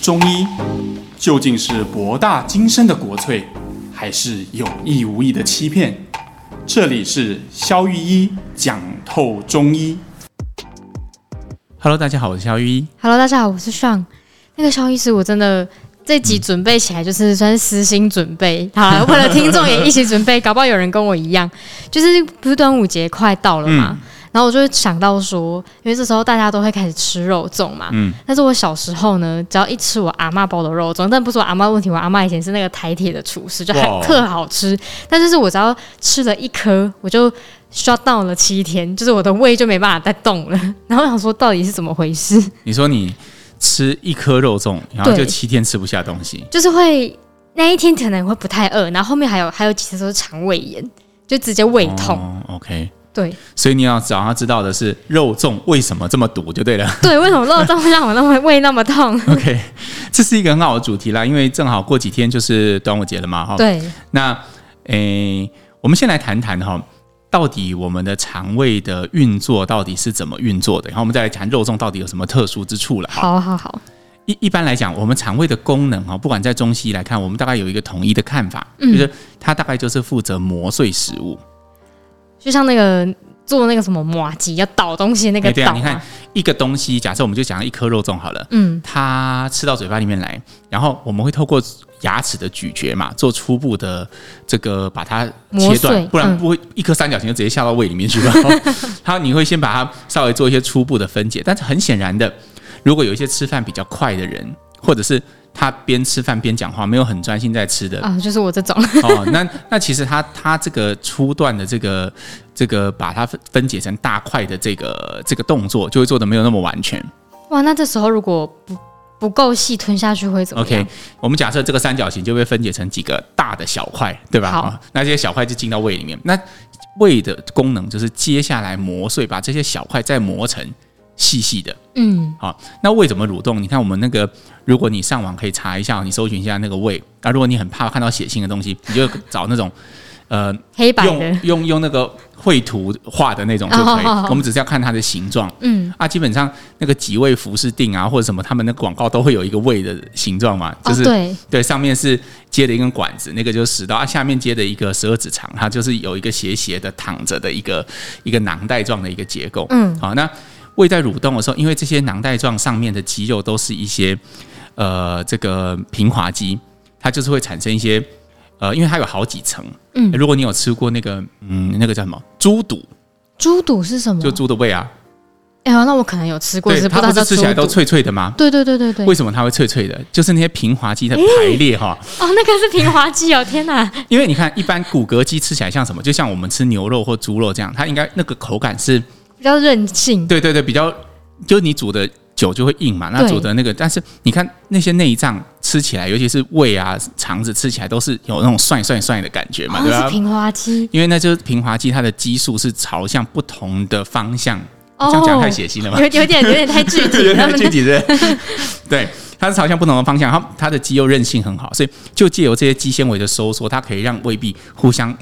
中医究竟是博大精深的国粹，还是有意无意的欺骗？这里是肖玉一讲透中医。Hello，大家好，我是肖玉一。 Hello，大家好，我是尚。那个肖医师，我真的这集准备起来就是算是私心 准备，好啦，为了听众也一起准备，搞不好有人跟我一样，就是不是端午节快到了嘛。嗯然后我就想到说，因为这时候大家都会开始吃肉粽嘛。嗯但是我小时候呢，只要一吃我阿嬷包的肉粽，但不是我阿嬷的问题，我阿嬷以前是那个台铁的厨师，就很哇哦特好吃。但就是我只要吃了一颗，我就 shut down 了七天，就是我的胃就没办法再动了。 然后我想说，到底是怎么回事？你说你吃一颗肉粽，然后对就七天吃不下东西，就是会那一天可能会不太饿，然后后面还有还有几次都是肠胃炎，就直接胃痛。哦 OK，对所以你要想要知道的是肉粽为什么这么毒就对了。 对，为什么肉粽会让我那么胃那么痛？ OK，这是一个很好的主题啦，因为正好过几天就是端午节了嘛，哈。。对，那诶、我们先来谈谈哈。到底我们的肠胃的运作到底是怎么运作的？然后我们再来谈肉粽到底有什么特殊之处了。哈。好好好，一一般来讲，我们肠胃的功能哈，不管在中西医来看，我们大概有一个统一的看法，就是它大概就是负责磨碎食物。就像那个做那个什么麻吉要倒东西那个哎对啊，倒你看嘛，一个东西，假设我们就讲一颗肉粽好了，嗯，它吃到嘴巴里面来，然后我们会透过牙齿的咀嚼嘛，做初步的这个把它磨切碎断，不然嗯不会一颗三角形就直接下到胃里面去了。 它你会先把它稍微做一些初步的分解，但是很显然的，如果有一些吃饭比较快的人，或者是他边吃饭边讲话，没有很专心在吃的，啊，就是我这种， 哦，那那其实它它这个初段的这个这个把它分分解成大块的这个这个动作，就会做的没有那么完全。哇，那这时候如果不不够细吞下去会怎么样 OK，我们假设这个三角形就被分解成几个大的小块，对吧？好哦那这些小块就进到胃里面。那胃的功能就是接下来磨碎，把这些小块再磨成细细的。嗯，好、那胃怎么蠕动？你看我们那个，如果你上网可以查一下，你搜寻一下那个胃。那、如果你很怕看到血腥的东西，你就找那种呃黑白的用，用用那个绘图画的那种就可以，哦哦哦我们只是要看它的形状。嗯，啊，基本上那个几位服饰定啊，或者什么，他们的广告都会有一个胃的形状嘛，就是、哦对，对，上面是接的一根管子，那个就是食道啊，下面接的一个十二指肠，它就是有一个斜斜的躺着的一个一个囊袋状的一个结构。嗯好，那胃在蠕动的时候，因为这些囊袋状上面的肌肉都是一些呃这个平滑肌，它就是会产生一些呃，因为它有好几层。嗯如果你有吃过那个嗯那个叫什么猪肚，猪肚是什么？就猪的胃啊，哎呀，那我可能有吃过，只对，是不它知不道叫是吃起来猪都肚。脆脆的吗？对对对对对，为什么它会脆脆的？就是那些平滑肌的排列哈、哦，那个是平滑肌哦，天哪！因为你看，一般骨骼肌吃起来像什么？就像我们吃牛肉或猪肉这样，它应该那个口感是，比较任性，对对对，比较，就是你煮的久就会硬嘛，那对煮的那个，但是你看那些内脏吃起来，尤其是胃啊、肠子吃起来都是有那种涮涮涮的感觉嘛，哦，对是吧？平滑肌因为那就是平滑肌，它的激素是朝向不同的方向。哦这样讲太血腥了吧？有有点 有点太具体有了点。具体的， 对，它是朝向不同的方向，它它的肌肉韧性很好，所以就借由这些肌纤维的收缩，它可以让胃壁互相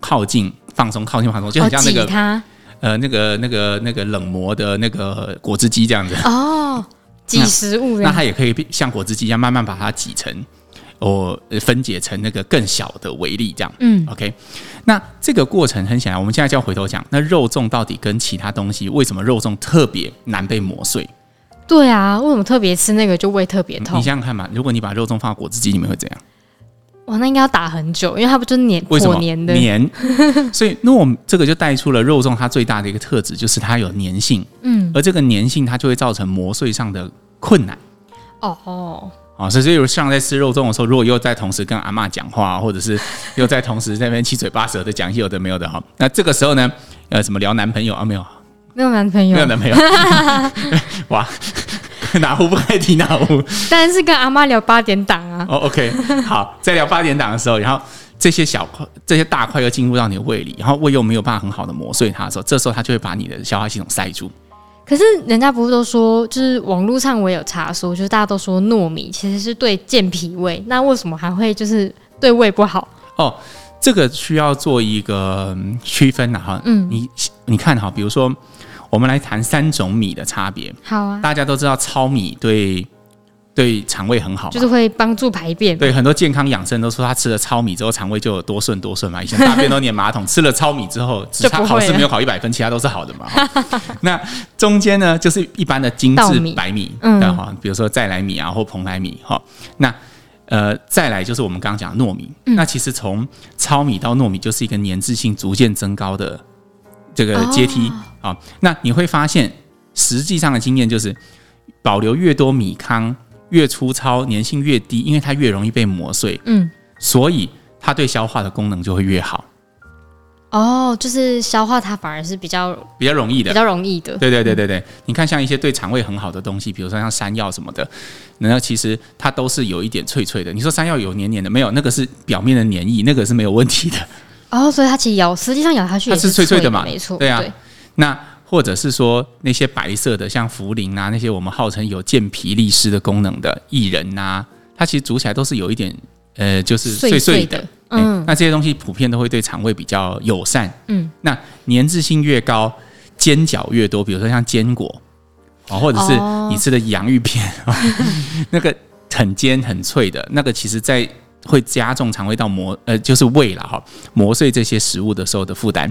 靠近、放松、靠近、放松，就哦很像那挤个、它呃那个那个那个冷磨的那个果汁机这样子，哦，挤食物那的它也可以像果汁机一样慢慢把它挤成哦呃分解成那个更小的微粒这样。嗯，OK，那这个过程很显然，我们现在就要回头讲，那肉粽到底跟其他东西为什么肉粽特别难被磨碎？对啊，为什么特别吃那个就胃特别嗯你痛想？想看嘛，如果你把肉粽放到果汁机里面会怎样？哇，那应该要打很久，因为它不就是黏为什么火黏的？黏？ 所以那我们这个就带出了肉粽它最大的一个特质，就是它有粘性，嗯，而这个粘性它就会造成磨碎上的困难。哦哦，啊、所以所以有像在吃肉粽的时候，如果又在同时跟阿嬷讲话，或者是又在同时在那边七嘴八舌的讲一些有的没有的哈，那这个时候呢，呃，什么聊男朋友啊没有没有男朋没有友，男朋 友， 哇， 哪壶不开提哪壶，但是跟阿妈聊八点档啊。哦、o k 好，在聊八点档的时候，然后这些小块、这些大块又进入到你的胃里，然后胃又没有办法很好的磨碎它的时候，这时候它就会把你的消化系统塞住。可是人家不是都说，就是网络上我也有查说，就是大家都说糯米其实是对健脾胃，那为什么还会就是对胃不好？哦，这个需要做一个嗯区分呐、哈。嗯你你看哈，比如说我们来谈三种米的差别，好啊，大家都知道糙米对对肠胃很好嘛，就是会帮助排便。对很多健康养生都说他吃了糙米之后肠胃就有多顺多顺嘛，以前大便都黏马 桶，吃了糙米之后只就差不考会试了没有考一百分，其他都是好 的嘛。哈那中间呢就是一般的精稻致米白米，嗯对哈，比如说再来米啊或蓬莱米哈。那呃，再来就是我们刚刚讲的糯米，嗯那其实从糙米到糯米就是一个粘滞性逐渐增高的这哦个阶梯啊、那你会发现，实际上的经验就是，保留越多米糠，越粗糙，粘性越低，因为它越容易被磨碎，嗯，所以它对消化的功能就会越好，哦，就是消化它反而是比较比较容易比的。较容易的。对对对对对，你看像一些对肠胃很好的东西，比如说像山药什么的，那其实它都是有一点脆脆的。你说山药有黏黏的没有？那个是表面的黏液，那个是没有问题的。哦，所以它其实咬，实际上咬下去也它是脆脆脆的嘛没错，对啊那或者是说那些白色的，像茯苓啊，那些我们号称有健脾利湿的功能的薏仁呐，它其实煮起来都是有一点呃，就是碎碎碎的。的，哎嗯，那这些东西普遍都会对肠胃比较友善。嗯，那粘滞性越高，煎饺越多，比如说像坚果哦，或者是哦你吃的洋芋片，哦、那个很尖很脆的，那个其实在会加重肠胃道磨呃，就是胃了哈、磨碎这些食物的时候的负担。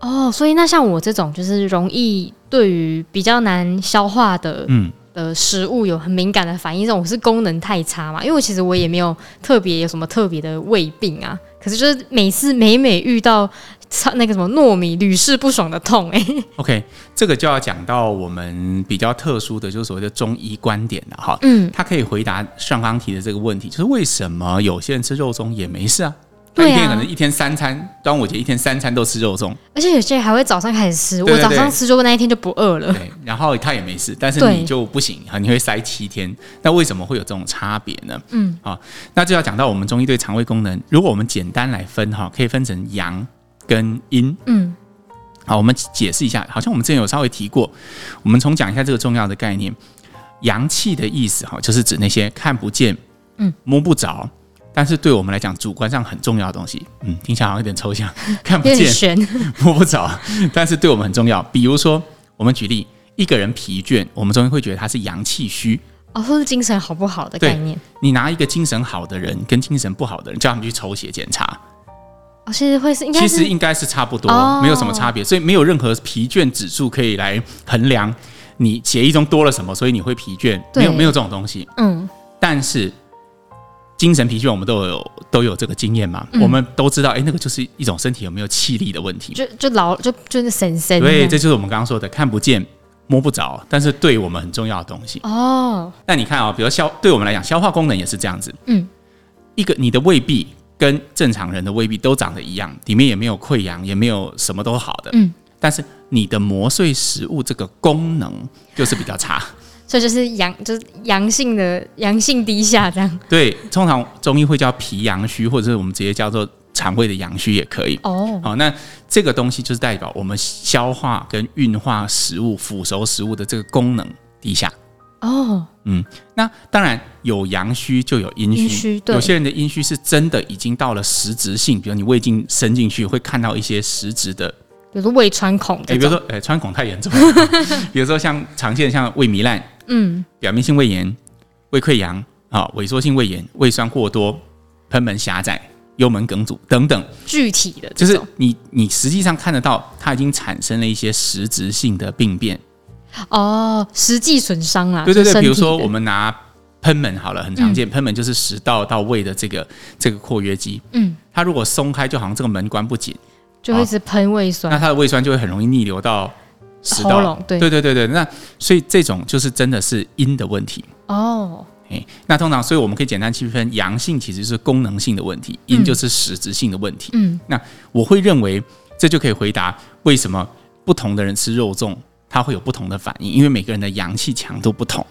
哦，所以那像我这种就是容易对于比较难消化的嗯，的食物有很敏感的反应，这种是功能太差嘛？因为我其实我也没有特别有什么特别的胃病啊，可是就是每次每每遇到操那个什么糯米屡试不爽的痛、哎， OK，这个就要讲到我们比较特殊的，就是所谓的中医观点了哈。嗯，它可以回答上刚提的这个问题，就是为什么有些人吃肉粽也没事啊？他对一天可啊能一天三餐，端午节一天三餐都吃肉粽， 而且有些人还会早上开始吃，对对我早上对吃就那一天就不饿 了。对，然后他也没事，但是对你就不行啊，你会塞七天。那为什么会有这种差别呢？嗯，好、那就要讲到我们中医对肠胃功能，如果我们简单来分哈，可以分成阳跟阴。嗯，好，我们解释一下，好像我们之前有稍微提过，我们重讲一下这个重要的概念。阳气的意思哈，就是指那些看不见、嗯摸不着，但是对我们来讲主观上很重要的东西。嗯，听起来好像有点抽象， 看不有见点、悬， 摸不着，但是对我们很重要。比如说，我们举例，一个人疲倦，我们中医会觉得他是阳气虚。哦，说是精神好不好的对概念，你拿一个精神好的人跟精神不好的人，叫他们去抽血检查，哦，其实会是应该其是实应该是差不多，哦没有什么差别，所以没有任何疲倦指数可以来衡量你血液中多了什么，所以你会疲倦，没对有没有这种东西。嗯但是精神疲倦，我们都有都有这个经验嘛，嗯我们都知道，哎，那个就是一种身体有没有气力的问题。就就老就就是神神的对，这就是我们刚刚说的看不见、摸不着，但是对我们很重要的东西。哦，那你看啊、比如消对我们来讲，消化功能也是这样子。嗯，一个你的胃壁跟正常人的胃壁都长得一样，里面也没有溃疡，也没有什么都好的。嗯，但是你的磨碎食物这个功能就是比较差。所以就是阳就是阳性的阳性低下这样对，通常中医会叫脾阳虚，或者是我们直接叫做肠胃的阳虚也可以。哦，好，那这个东西就是代表我们消化跟运化食物、腐熟食物的这个功能低下。哦，那当然有阳虚就有阴虚，阴虚对有些人的阴虚是真的已经到了实质性，比如你胃镜伸进去会看到一些实质的，比如说胃穿孔诶这比如种，说诶穿孔太严重 了，比如说像常见的像胃糜烂、嗯，表面性胃炎、胃溃疡啊、萎缩性胃炎、胃酸过多、贲门狭窄、幽门梗阻等等，具体的就这是种你你实际上看得到它已经产生了一些实质性的病变。哦，实际损伤啦，对对对，就啊身比如体说的我们拿喷门好了，很常见，喷门就是食道到胃的这个这个括约肌，嗯，它如果松开，就好像这个门关不紧，就会一啊直喷胃酸那，它的胃酸就会很容易逆流到食喉道咙。对对对对对，那所以这种就是真的是阴的问题。哦，哎，那通常，所以我们可以简单区分，阳性其实是功能性的问题，阴就是实质性的问题。嗯，那我会认为这就可以回答为什么不同的人吃肉粽，他会有不同的反应，因为每个人的阳气强度不同。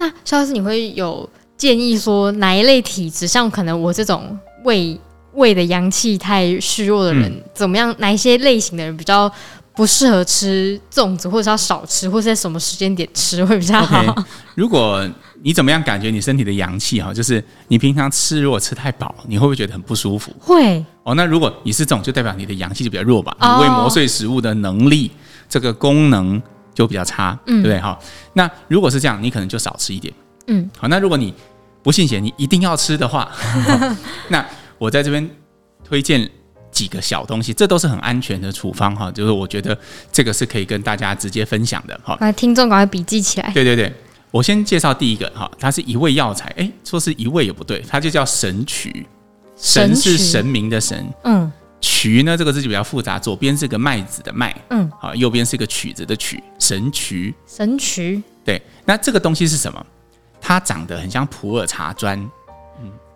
那肖老师你会有建议说哪一类体质，像可能我这种胃胃的阳气太虚弱的嗯人，怎么样？哪一些类型的人比较？不适合吃粽子，或者是要少吃，或者在什么时间点吃会比较好 OK，如果你怎么样感觉你身体的阳气哈，就是你平常吃如果吃太饱，你会不会觉得很不舒服？会哦，那如果你是这种，就代表你的阳气就比较弱吧，哦你胃磨碎食物的能力这个功能就比较差，嗯对不对哈？那如果是这样，你可能就少吃一点。嗯，好，那如果你不信邪，你一定要吃的 话， 那我在这边推荐几个小东西，这都是很安全的处方哈，就是我觉得这个是可以跟大家直接分享的哈。把听众赶快笔记起来。 对对对，我先介绍第一个哈，它是一味药材，诶，说是一味也不对，它就叫神曲，神曲是神明的神，嗯曲呢这个字就比较复杂，左边是个麦子的麦，嗯，好，右边是个曲子的曲，神曲。神曲对，那这个东西是什么？它长得很像普洱茶砖，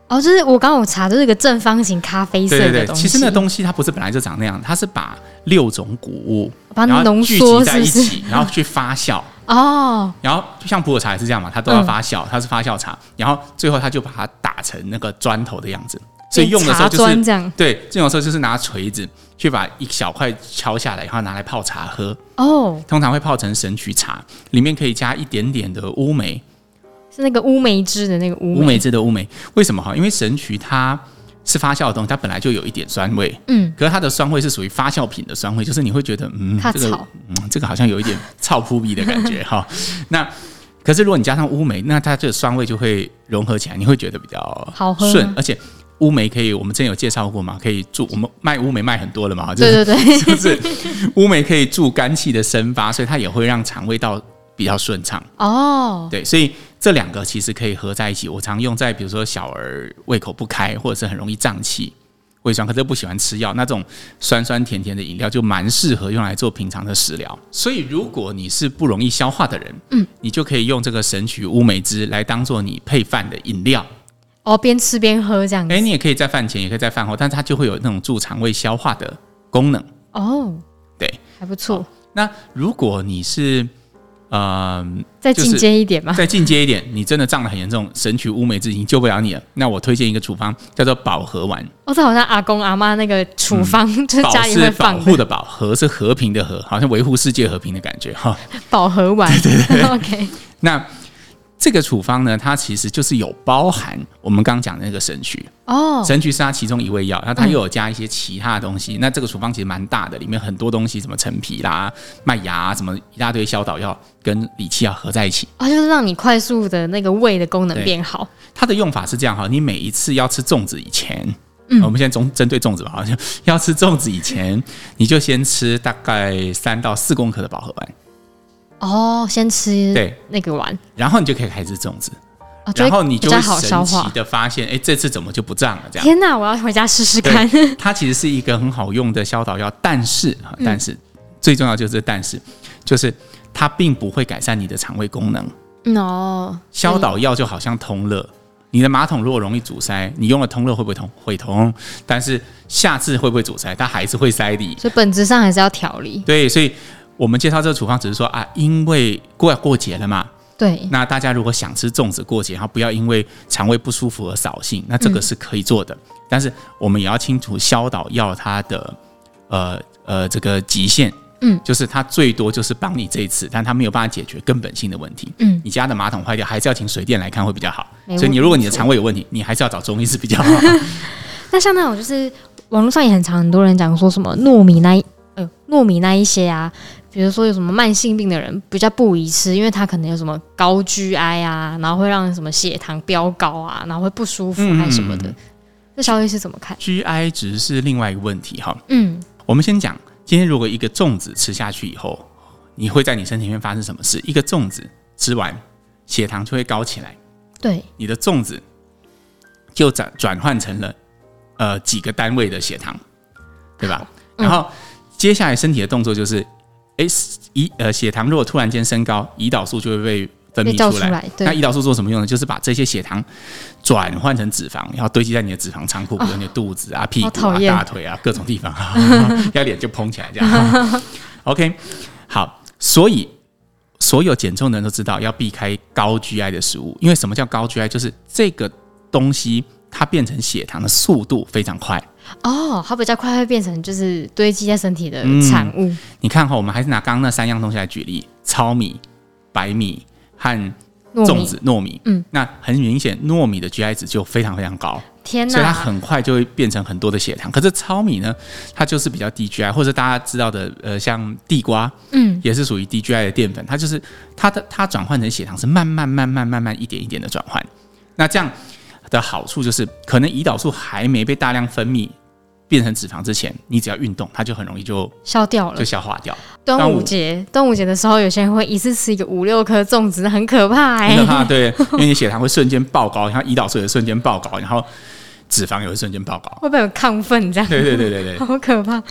哦，就是我刚刚有查，就是一个正方形咖啡色对对的对，东其西，实那东西它不是本来就长那样，它是把六种谷物把然它后浓聚缩集在是一不是？ 起，然后去发酵，哦，然后就像普洱茶也是这样嘛，它都嗯要发酵，它是发酵茶，然后最后它就把它打成那个砖头的样子，所以用的时候就茶砖是这样对，这种时候就是拿锤子去把一小块敲下来，然后拿来泡茶喝，哦，通常会泡成神曲茶，里面可以加一点点的乌梅，是那个乌梅汁的那个乌乌梅汁的乌梅，为什么哈？因为神曲它是发酵的东西，它本来就有一点酸味，嗯，可是它的酸味是属于发酵品的酸味，就是你会觉得嗯，怕这个草嗯，这个好像有一点草扑鼻的感觉 哈。那可是如果你加上乌梅，那它这个酸味就会融合起来，你会觉得比较好喝吗顺，而且乌梅可以，我们之前有介绍过嘛，可以助我们卖乌梅卖很多了嘛，就是对对对， 就是乌梅可以助肝气的生发，所以它也会让肠胃道比较顺畅。哦，对，所以这两个其实可以合在一起。我常用在比如说小儿胃口不开，或者是很容易胀气、胃酸，可是又不喜欢吃药，那种酸酸甜甜的饮料就蛮适合用来做平常的食疗。所以如果你是不容易消化的人，嗯，你就可以用这个神曲乌梅汁来当做你配饭的饮料。哦，边吃边喝这样子哎，，你也可以在饭前，也可以在饭后，但是它就会有那种助肠胃消化的功能。哦，对，还不错，那如果你是，呃，再就是进阶一点吧。再进阶一点，你真的胀得很严重，神曲乌梅汁已经救不了你了。那我推荐一个处方，叫做保和丸，哦，这好像阿公阿妈那个处方， 就嗯是保家里是会保放护的保，和是和平的和，好像维护世界和平的感觉哈。 饱和丸。OK， 那这个处方呢，它其实就是有包含我们刚讲的那个神曲，哦，神曲是它其中一味药，然后它又有加一些其他的东西。那这个处方其实蛮大的，里面很多东西，什么陈皮啦、麦芽、啊、什么一大堆消导药跟理气药合在一起。哦，就是让你快速的那个胃的功能对变好。它的用法是这样哈，你每一次要吃粽子以前，嗯我们现在总针对粽子吧，好像要吃粽子以 前，你就先吃大概三到四公克的饱和丸，哦，先吃对那个丸，然后你就可以开始吃粽子，哦、就会然后你就比会较好消神奇化。的发现，哎，这次怎么就不胀了？这样，天哪，我要回家试试看。对，它其实是一个很好用的消导药，但是啊，但嗯是、最重要就是但是，就是它并不会改善你的肠胃功能。嗯 哦，消导药就好像通乐，你的马桶如果容易阻塞，你用了通乐会不会通？会通，但是下次会不会阻塞？它还是会塞的。所以本质上还是要调理。对，所以我们介绍这个处方只是说啊，因为过过节了嘛，对，那大家如果想吃粽子过节，然后不要因为肠胃不舒服而扫兴，那这个是可以做的。但是我们也要清楚消导药它的呃呃这个极限，嗯，就是它最多就是帮你这一次，但它没有办法解决根本性的问题。嗯你家的马桶坏掉，还是要请水电来看会比较好。没所以你问如果题你的肠胃有问题，你还是要找中医是比较好。 那像那种就是网络上也很常很多人讲说什么糯米那一呃糯米那一些啊，比如说有什么慢性病的人比较不宜吃，因为他可能有什么高 GI 啊，然后会让什么血糖飙高啊，然后会不舒服还是什嗯么的。这消息是怎么看？ GI 值是另外一个问题哈。嗯，我们先讲，今天如果一个粽子吃下去以后，你会在你身体里面发生什么事？一个粽子吃完，血糖就会高起来，对，你的粽子就转转换成了呃几个单位的血糖，对吧？嗯然后接下来身体的动作就是，诶，胰呃血糖如果突然间升高，胰岛素就会被分被泌叫出来。来，那对，胰岛素做什么用呢？就是把这些血糖转换成脂肪，然后堆积在你的脂肪仓库，比如你的肚子啊、屁股哦讨啊、厌大腿啊各种地方， 要脸就膨起来这样。OK，好，所以所有减重的人都知道要避开高 GI 的食物，因为什么叫高 GI？就是这个东西它变成血糖的速度非常快。哦，它比较快会变成就是堆积在身体的嗯产物。你看哈，我们还是拿刚刚那三样东西来举例：糙米、白米和糯粽米子、糯米。嗯，那很明显，糯米的 GI 值就非常非常高。天所以它哪，很快就会变成很多的血糖。可是糙米呢，它就是比较 DGI，或者大家知道的，呃，像地瓜，嗯，也是属于 DGI 的淀粉，它就是它的它转换成血糖是慢慢慢慢慢慢一点一点的转换。那这样的好处就是，可能胰岛素还没被大量分泌变成脂肪之前，你只要运动，它就很容易就消掉了就。消化掉。端端午午节，端午节的时候，有些人会一次吃一个五六颗粽子，很可怕哎、很可怕，对，因为你血糖会瞬间爆高，然后胰岛素也会瞬间爆高，然后脂肪也会瞬间爆高。 会不会很亢奋这样？对对对对对， 啊好可怕。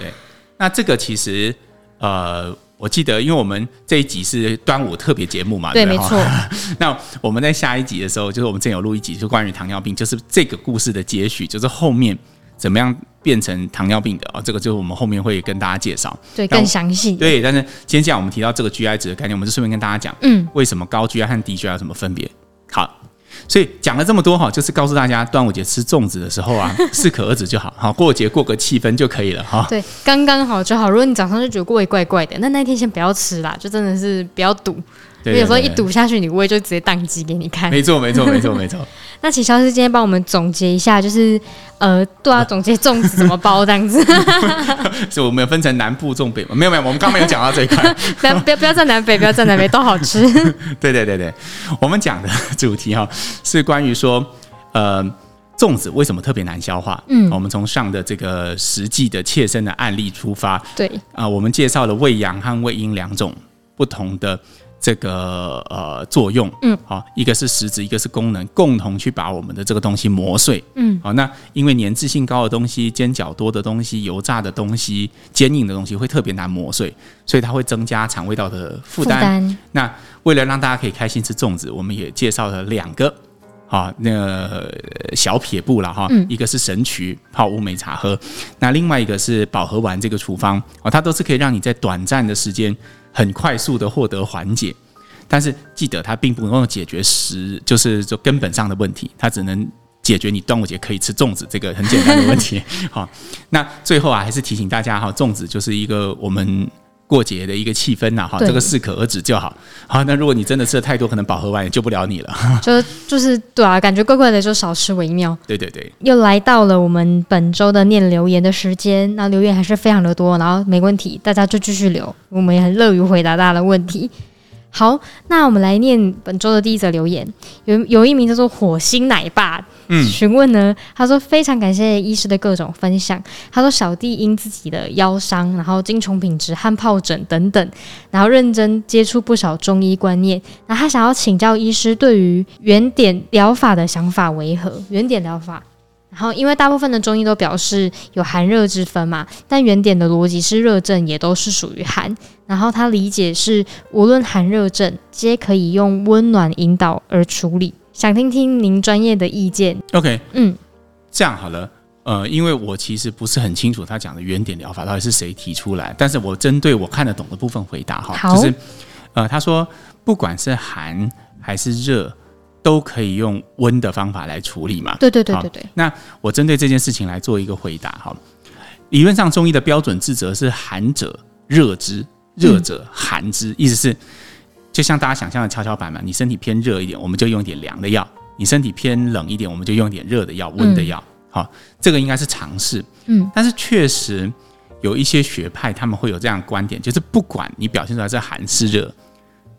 那这个其实呃，我记得，因为我们这一集是端午特别节目嘛，对，不没哈错。 那我们在下一集的时候，就是我们之前有录一集，就关于糖尿病，就是这个故事的接续，就是后面怎么样变成糖尿病的哦，这个就是我们后面会跟大家介绍。对，那我更详细。对，但是今天既然我们提到这个 GI 值的概念，我们就顺便跟大家讲，嗯，为什么高 GI 和低 GI 有什么分别？好。所以讲了这么多哈，就是告诉大家，端午节吃粽子的时候啊，适可而止就好，好过节过个气氛就可以了哈。对，刚刚好就好。如果你早上就觉得胃怪怪的，那那天先不要吃啦，就真的是不要赌。对，有时候对一，对赌下去，你胃就直接宕机给你看。 没错，没错，没错，没错。那请肖师今天帮我们总结一下，就是呃，对啊，总结粽子怎么包这 样子，所以我们有分成南部重北嘛？没有，没有，我们刚刚没有讲到这一块。不要不要不要站南北，不要站南北，都好 吃。对对对对，我们讲的主题哈、是关于说，呃，粽子为什么特别难消化？哦嗯我们从上的这个实际的切身的案例出发啊、对，我们介绍了胃阳和胃阴两种不同的这个呃作用，嗯，好、一个是实质，一个是功能，共同去把我们的这个东西磨碎，嗯，好、那因为粘滞性高的东西、煎饺多的东西、油炸的东西、坚硬的东西会特别难磨碎，所以它会增加肠胃道的负担。那为了让大家可以开心吃粽子，我们也介绍了两个。啊，那个呃小撇步了哈，一个是神曲泡乌梅茶喝，那另外一个是饱和丸这个处方哦，它都是可以让你在短暂的时间很快速的获得缓解，但是记得它并不能够解决实就是说根本上的问题，它只能解决你端午节可以吃粽子这个很简单的问题。好，那最后啊，还是提醒大家哈，粽子就是一个我们。过节的一个气氛呐、哈，对这个适可而止就好。好，那如果你真的吃的太多，可能饱和丸也救不了你了。就就是对啊，感觉怪怪的，就少吃为妙。对对对，又来到了我们本周的念留言的时间，那留言还是非常的多，然后没问题，大家就继续留，我们也很乐于回答大家的问题。好，那我们来念本周的第一则留言，有有一名叫做火星奶爸，嗯询问呢，他说非常感谢医师的各种分享，他说小弟因自己的腰伤，然后精虫品质和疱疹等等，然后认真接触不少中医观念，那他想要请教医师对于原点疗法的想法为何？原点疗法。然后，因为大部分的中医都表示有寒热之分嘛，但原点的逻辑是热症也都是属于寒。然后他理解是，无论寒热症，皆可以用温暖引导而处理。想听听您专业的意见。 OK，嗯，这样好了，呃，因为我其实不是很清楚他讲的原点疗法到底是谁提出来，但是我针对我看得懂的部分回答哈，好就是呃，他说不管是寒还是热，都可以用温的方法来处理嘛。对对对对对，我针对这件事情来做一个回答哈。理论上，中医的标准治则是寒者热之，热者寒嗯之，意思是就像大家想象的跷跷板嘛，你身体偏热一点，我们就用一点凉的药；你身体偏冷一点，我们就用一点热的药、温的药。好、这个应该是常识。嗯，但是确实有一些学派他们会有这样的观点，就是不管你表现出来是寒是热，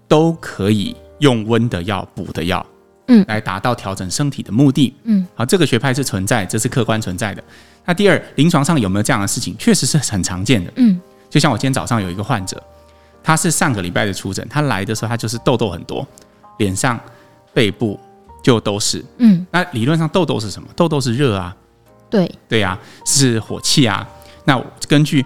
都可以用温的药、补的药，嗯来达到调整身体的目的。嗯，好，这个学派是存在，这是客观存在的。那第二，临床上有没有这样的事情，确实是很常见的。嗯，就像我今天早上有一个患者，他是上个礼拜的出诊，他来的时候他就是痘痘很多，脸上、背部就都是。嗯，那理论上痘痘是什么？痘痘是热啊，对，对啊，是火气啊。那根据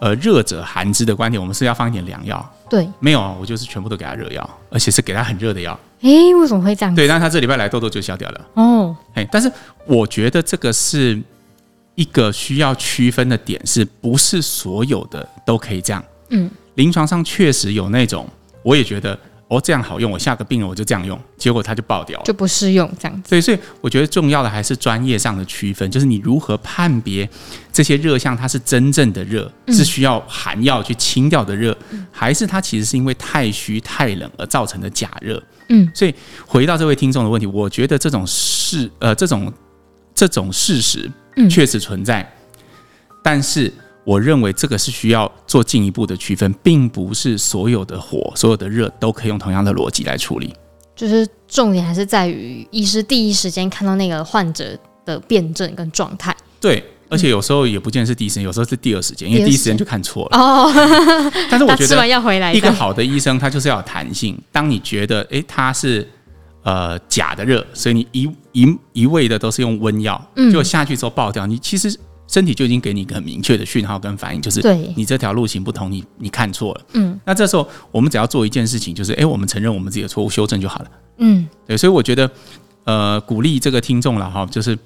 呃热者寒之的观点，我们是要放一点凉药。对。没有啊，我就是全部都给他热药，而且是给他很热的药。诶，为什么会这样？对，但他这礼拜来痘痘就消掉了。哦，哎，但是我觉得这个是一个需要区分的点，是不是所有的都可以这样？嗯，临床上确实有那种，我也觉得哦这样好用，我下个病人我就这样用，结果他就爆掉了。就不适用这样子。对，所以我觉得重要的还是专业上的区分，就是你如何判别这些热象它是真正的热，嗯是需要寒药去清掉的热，还是它其实是因为太虚太冷而造成的假热。嗯，所以回到这位听众的问题，我觉得这种是呃这种这种事实嗯确实存在，但是我认为这个是需要做进一步的区分，并不是所有的火、所有的热都可以用同样的逻辑来处理。就是重点还是在于医师第一时间看到那个患者的辩证跟状态对，而且有时候也不见得是第一时间，有时候是第二时间，因为嗯第二第一时时间间就看错了。哦。但是我他觉吃得完要回来一个的，好的医生，他就是要有弹性。当你觉得诶他是呃假的热，所以你一一一味的都是用温药，嗯就下去之后爆掉，你其实身体就已经给你一个很明确的讯号跟反应，就是对你这条路行不通，你你看错了。嗯，那这时候我们只要做一件事情，就是诶，我们承认我们自己的错误，修正就好了。嗯，对，所以我觉得呃鼓励这个听众了哈，就是。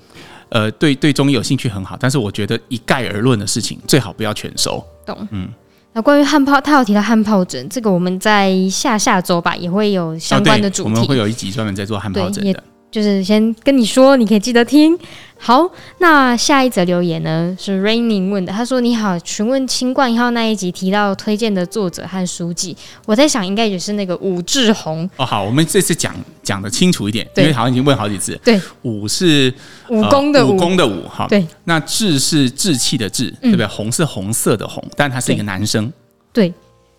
呃，对对中医有兴趣很好，但是我觉得一概而论的事情最好不要全收。懂。嗯，那关于汗疱，他有提到汗疱疹，这个我们在下下周吧也会有相关的哦对主我题。们会有一集专门在做汗疱对疹也的。就是先跟你说，你可以记得听。好，那下一则留言呢是 Raining 问的，他说：“你好，询问新冠一号那一集提到推荐的作者和书籍，我在想应该也是那个武志 红，哦，好，我们这次讲讲的清楚一点，因对为好像已经问好几次。对，武是武功的啊呃武武，功的武，哈。对，嗯那志是志气的志，对不对？红是红色的红，但他是一个对男生。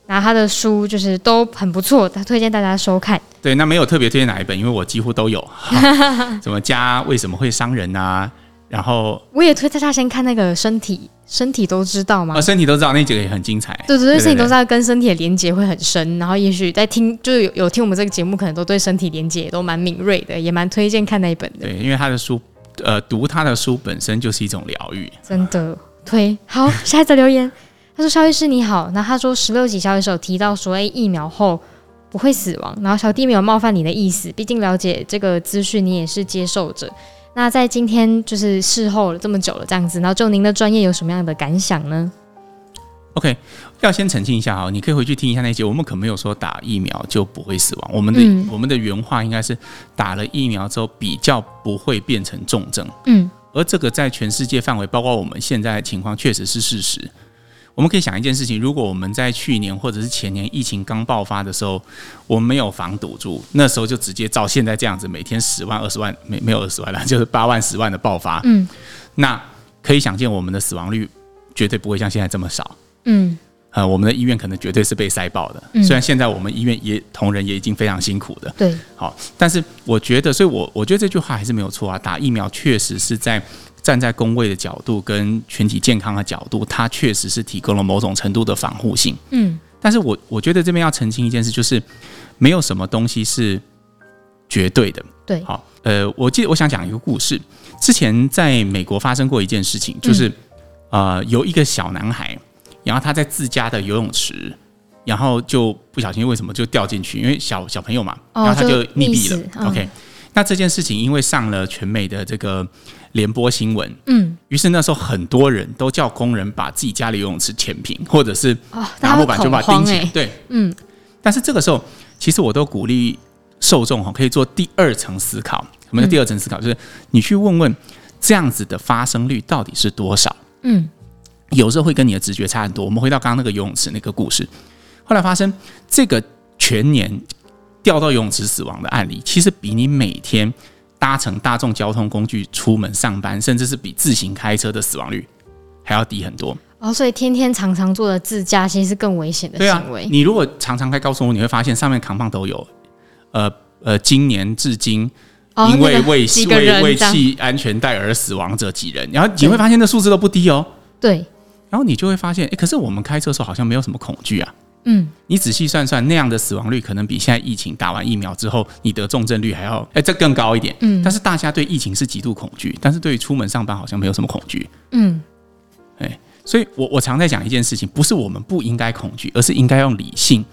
然后他的书就是都很不错，他推荐大家收看。对，那没有特别推荐哪一本，因为我几乎都有， 哈什么家为什么会伤人啊？然后我也推荐大家先看那个身体，身体都知道吗？呃，身体都知道那几个也很精彩。对对对，身体都知道。道跟身体的连接会很深，然后也许在听就是有有听我们这个节目，可能都对身体连接也都蛮敏锐的，也蛮推荐看那一本的。对，因为他的书，呃，读他的书本身就是一种疗愈。真的推好，下一则留言，他说：“肖医师你好。”那他说：“十六集肖医师有提到说，哎、疫苗后不会死亡。然后小弟没有冒犯你的意思，毕竟了解这个资讯，你也是接受者。那在今天就是事后了这么久了，这样子，然后就您的专业有什么样的感想呢？ OK，要先澄清一下哈，你可以回去听一下那一集，我们可没有说打疫苗就不会死亡，我们的、嗯我们的原话应该是打了疫苗之后比较不会变成重症，嗯，而这个在全世界范围，包括我们现在的情况，确实是事实。我们可以想一件事情：如果我们在去年或者是前年疫情刚爆发的时候，我们没有防堵住，那时候就直接照现在这样子，每天十万、二十万，没没有二十万了，就是八万、十万的爆发，嗯，那可以想见我们的死亡率绝对不会像现在这么少。嗯，呃，我们的医院可能绝对是被塞爆的。嗯虽然现在我们医院也同仁也已经非常辛苦的，对，好，但是我觉得，所以我我觉得这句话还是没有错啊。打疫苗确实是在站在工位的角度跟群体健康的角度，它确实是提供了某种程度的防护性。嗯，但是我我觉得这边要澄清一件事，就是没有什么东西是绝对的。对好，呃，我记得我想讲一个故事，之前在美国发生过一件事嗯情，就是、呃，有一个小男孩，然后他在自家的游泳池。然后就不小心为什么就掉进去？因为小小朋友嘛，哦然后他就就溺溺毙了死。嗯 OK，那这件事情因为上了全美的这个联播新闻，嗯，于是那时候很多人都叫工人把自己家里游泳池填平，或者是哦，拿大木家板会就恐把它慌钉起哎、来。对，嗯，但是这个时候，其实我都鼓励受众哈，可以做第二层思考。什么叫第二层思考？嗯就是你去问问这样子的发生率到底是多少。嗯，有时候会跟你的直觉差很多。我们回到刚刚那个游泳池那个故事，后来发生这个全年掉到游泳池死亡的案例，其实比你每天搭乘大众交通工具出门上班，甚至是比自行开车的死亡率还要低很多。哦，所以天天常常做的自驾其实是更危险的对啊行为，。你如果常常开高速公路，你会发现上面扛棒都有，呃呃，今年至今。哦，因为那个为几个为人为这样，系安全带而死亡者几人，然后你会发现那数字都不低哦。对，然后你就会发现，诶，可是我们开车的时候好像没有什么恐惧啊。嗯，你仔细算算，那样的死亡率可能比现在疫情打完疫苗之后你得重症率还要，诶，这更高一点。嗯但是大家对疫情是极度恐惧，但是对于出门上班好像没有什么恐惧。嗯，所以我我常在讲一件事情，不是我们不应该恐惧，而是应该用理性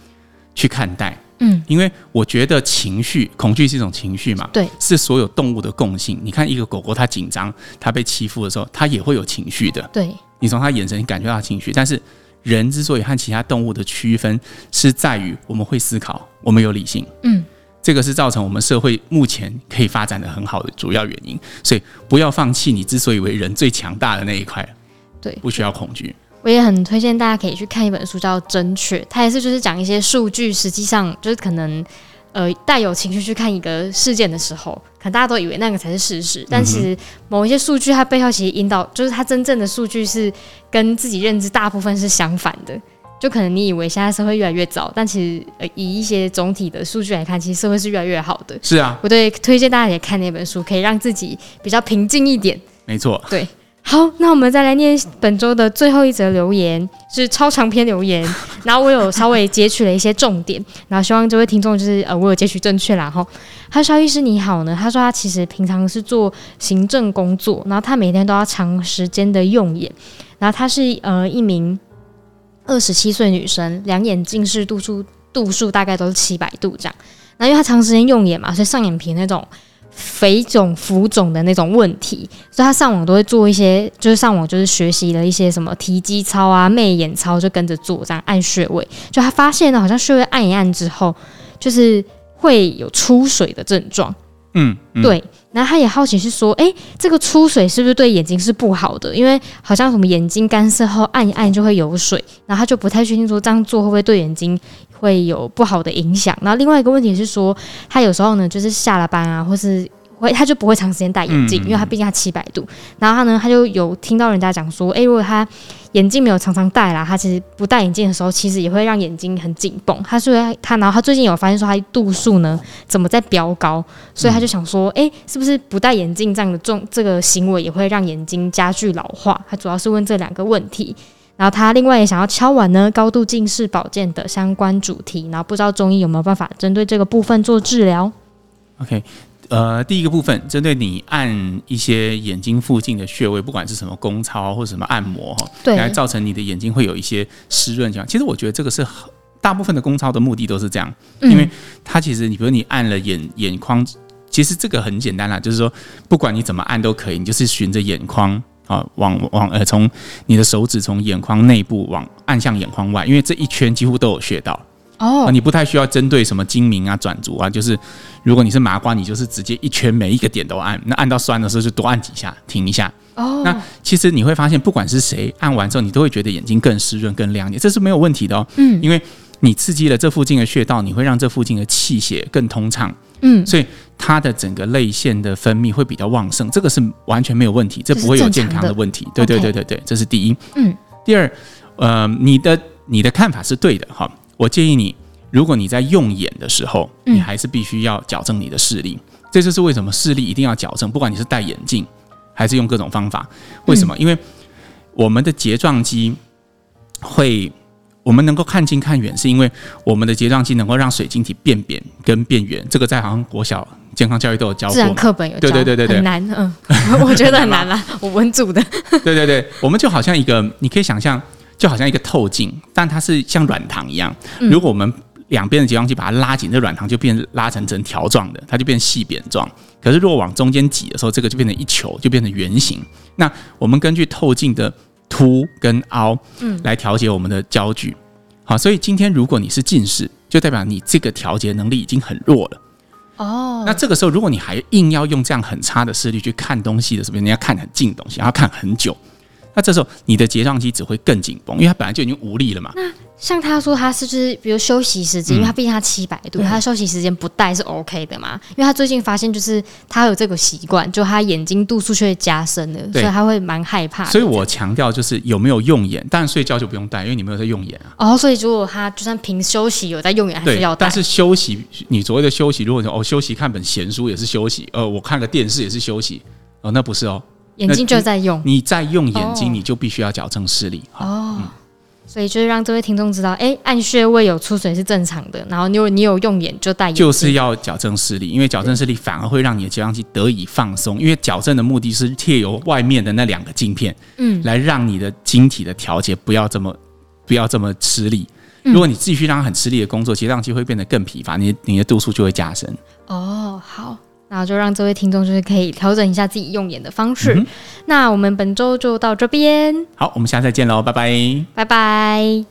去看待。嗯，因为我觉得情绪，恐惧是一种情绪嘛，对，是所有动物的共性。你看一个狗狗，它紧张，它被欺负的时候，它也会有情绪的。对，你从它眼神感觉到它情绪，但是人之所以和其他动物的区分，是在于我们会思考，我们有理性。嗯，这个是造成我们社会目前可以发展的很好的主要原因。所以不要放弃你之所以为人最强大的那一块，对不需要恐惧。我也很推荐大家可以去看一本书，叫《正确》，它也是就是讲一些数据，实际上就是可能呃带有情绪去看一个事件的时候，可能大家都以为那个才是事实，嗯但其实某一些数据它背后其实引导就是它真正的数据是跟自己认知大部分是相反的。就可能你以为现在社会越来越糟，但其实呃以一些总体的数据来看，其实社会是越来越好的。是啊，我对推荐大家也看那本书，可以让自己比较平静一点。没错，对，好，那我们再来念本周的最后一则留言，是超长篇留言。然后我有稍微截取了一些重点，然后希望这位听众就是呃，我有截取正确啦哈。他说：“肖医师你好呢。”他说他其实平常是做行政工作，然后他每天都要长时间的用眼，然后他是呃一名二十七岁女生，两眼近视度数度数大概都是七百度这样。那因为她长时间用眼嘛，所以上眼皮那种肥肿、浮肿的那种问题，所以她上网都会做一些，就是上网就是学习了一些什么提肌操啊、媚眼操，就跟着做这样按穴位。就她发现呢，好像穴位按一按之后，就是会有出水的症状。嗯，嗯，对，然后他也好奇是说，哎，这个出水是不是对眼睛是不好的？因为好像什么眼睛干涩后按一按就会有水，然后他就不太确定说这样做会不会对眼睛会有不好的影响。然后另外一个问题是说，他有时候呢就是下了班啊，或是会他就不会长时间戴眼镜，嗯因为他毕竟他七百度。然后他呢他就有听到人家讲说，哎，如果他眼镜没有常常戴啦，他其实不戴眼镜的时候，其实也会让眼睛很紧绷。他说他他，然后他最近有发现说他度数呢怎么在飙高，所以他就想说，哎、是不是不戴眼镜这样的重这个行为也会让眼睛加剧老化？他主要是问这两个问题。然后他另外也想要敲完呢高度近视保健的相关主题，然后不知道中医有没有办法针对这个部分做治疗？ OK，呃，第一个部分针对你按一些眼睛附近的穴位，不管是什么宫操或者什么按摩哈，对来造成你的眼睛会有一些湿润情况。其实我觉得这个是很大部分的宫操的目的都是这样，因为它其实你比如你按了眼眼眶，其实这个很简单啦，就是说不管你怎么按都可以，你就是循着眼眶。啊，往往呃，从你的手指从眼眶内部往按向眼眶外，因为这一圈几乎都有穴道，啊，哦，你不太需要针对什么精明啊、转足啊，就是如果你是麻瓜，你就是直接一圈每一个点都按，那按到酸的时候就多按几下，停一下。哦，那其实你会发现，不管是谁按完之后，你都会觉得眼睛更湿润、更亮一点，这是没有问题的哦。嗯，因为你刺激了这附近的穴道，你会让这附近的气血更通畅，嗯，所以它的整个泪腺的分泌会比较旺盛，这个是完全没有问题，这这是不会有正健常康的的问题。对对嗯 OK 对对对，这是第一。嗯，第二，呃，你的你的看法是对的哈。我建议你，如果你在用眼的时候，嗯你还是必须要矫正你的视力。这就是为什么视力一定要矫正，不管你是戴眼镜还是用各种方法。为什么？嗯因为我们的睫状肌会，我们能够看近看远，是因为我们的睫状肌能够让水晶体变扁跟变圆。这个在好像国小健康教育都有教自过然嘛。课本有教，对对对对对很难，嗯， 我觉得很 难啦，我文组的，对对对，我们就好像一个，你可以想象，就好像一个透镜，但它是像软糖一样。如果我们两边的睫状肌把它拉紧，这软糖就变拉成成条状的，它就变细扁状。可是如果往中间挤的时候，这个就变成一球，就变成圆形。那我们根据透镜的凸跟凹，嗯，来调节我们的焦距。好，所以今天如果你是近视，就代表你这个调节能力已经很弱了。哦，那这个时候，如果你还硬要用这样很差的视力去看东西的时候，人家看很近的东西，然后看很久，那这时候你的睫状肌只会更紧绷，因为它本来就已经无力了嘛。像他说，他是不是比如休息时嗯间，因为他毕竟他七百度，他休息时间不戴是 OK 的嘛？因为他最近发现，就是他有这个习惯，就他眼睛度数却加深了，所对以他会蛮害怕的。所以我强调就是有没有用眼，当然睡觉就不用戴，因为你没有在用眼啊。哦，所以如果他就算平休息有在用眼，还是对要，戴。但是休息，你所谓的休息，如果说哦休息看本闲书也是休息，呃，我看个电视也是休息，哦，那不是哦，眼睛就在用你在用眼哦睛，你就必须要矫正视力。好哦。所以就是让这位听众知道，哎、按穴位有出水是正常的。然后你有你有用眼就戴眼镜，就是要矫正视力，因为矫正视力反而会让你的睫状肌得以放松，因为矫正的目的是借由外面的那两个镜片，嗯，来让你的晶体的调节不要这么不要这么吃力。如果你继续让它很吃力的工作，睫状肌会变得更疲乏，你你的度数就会加深。哦，好，那就让这位听众就是可以调整一下自己用眼的方嗯式。那我们本周就到这边，好，我们下次再见喽，拜拜。拜拜。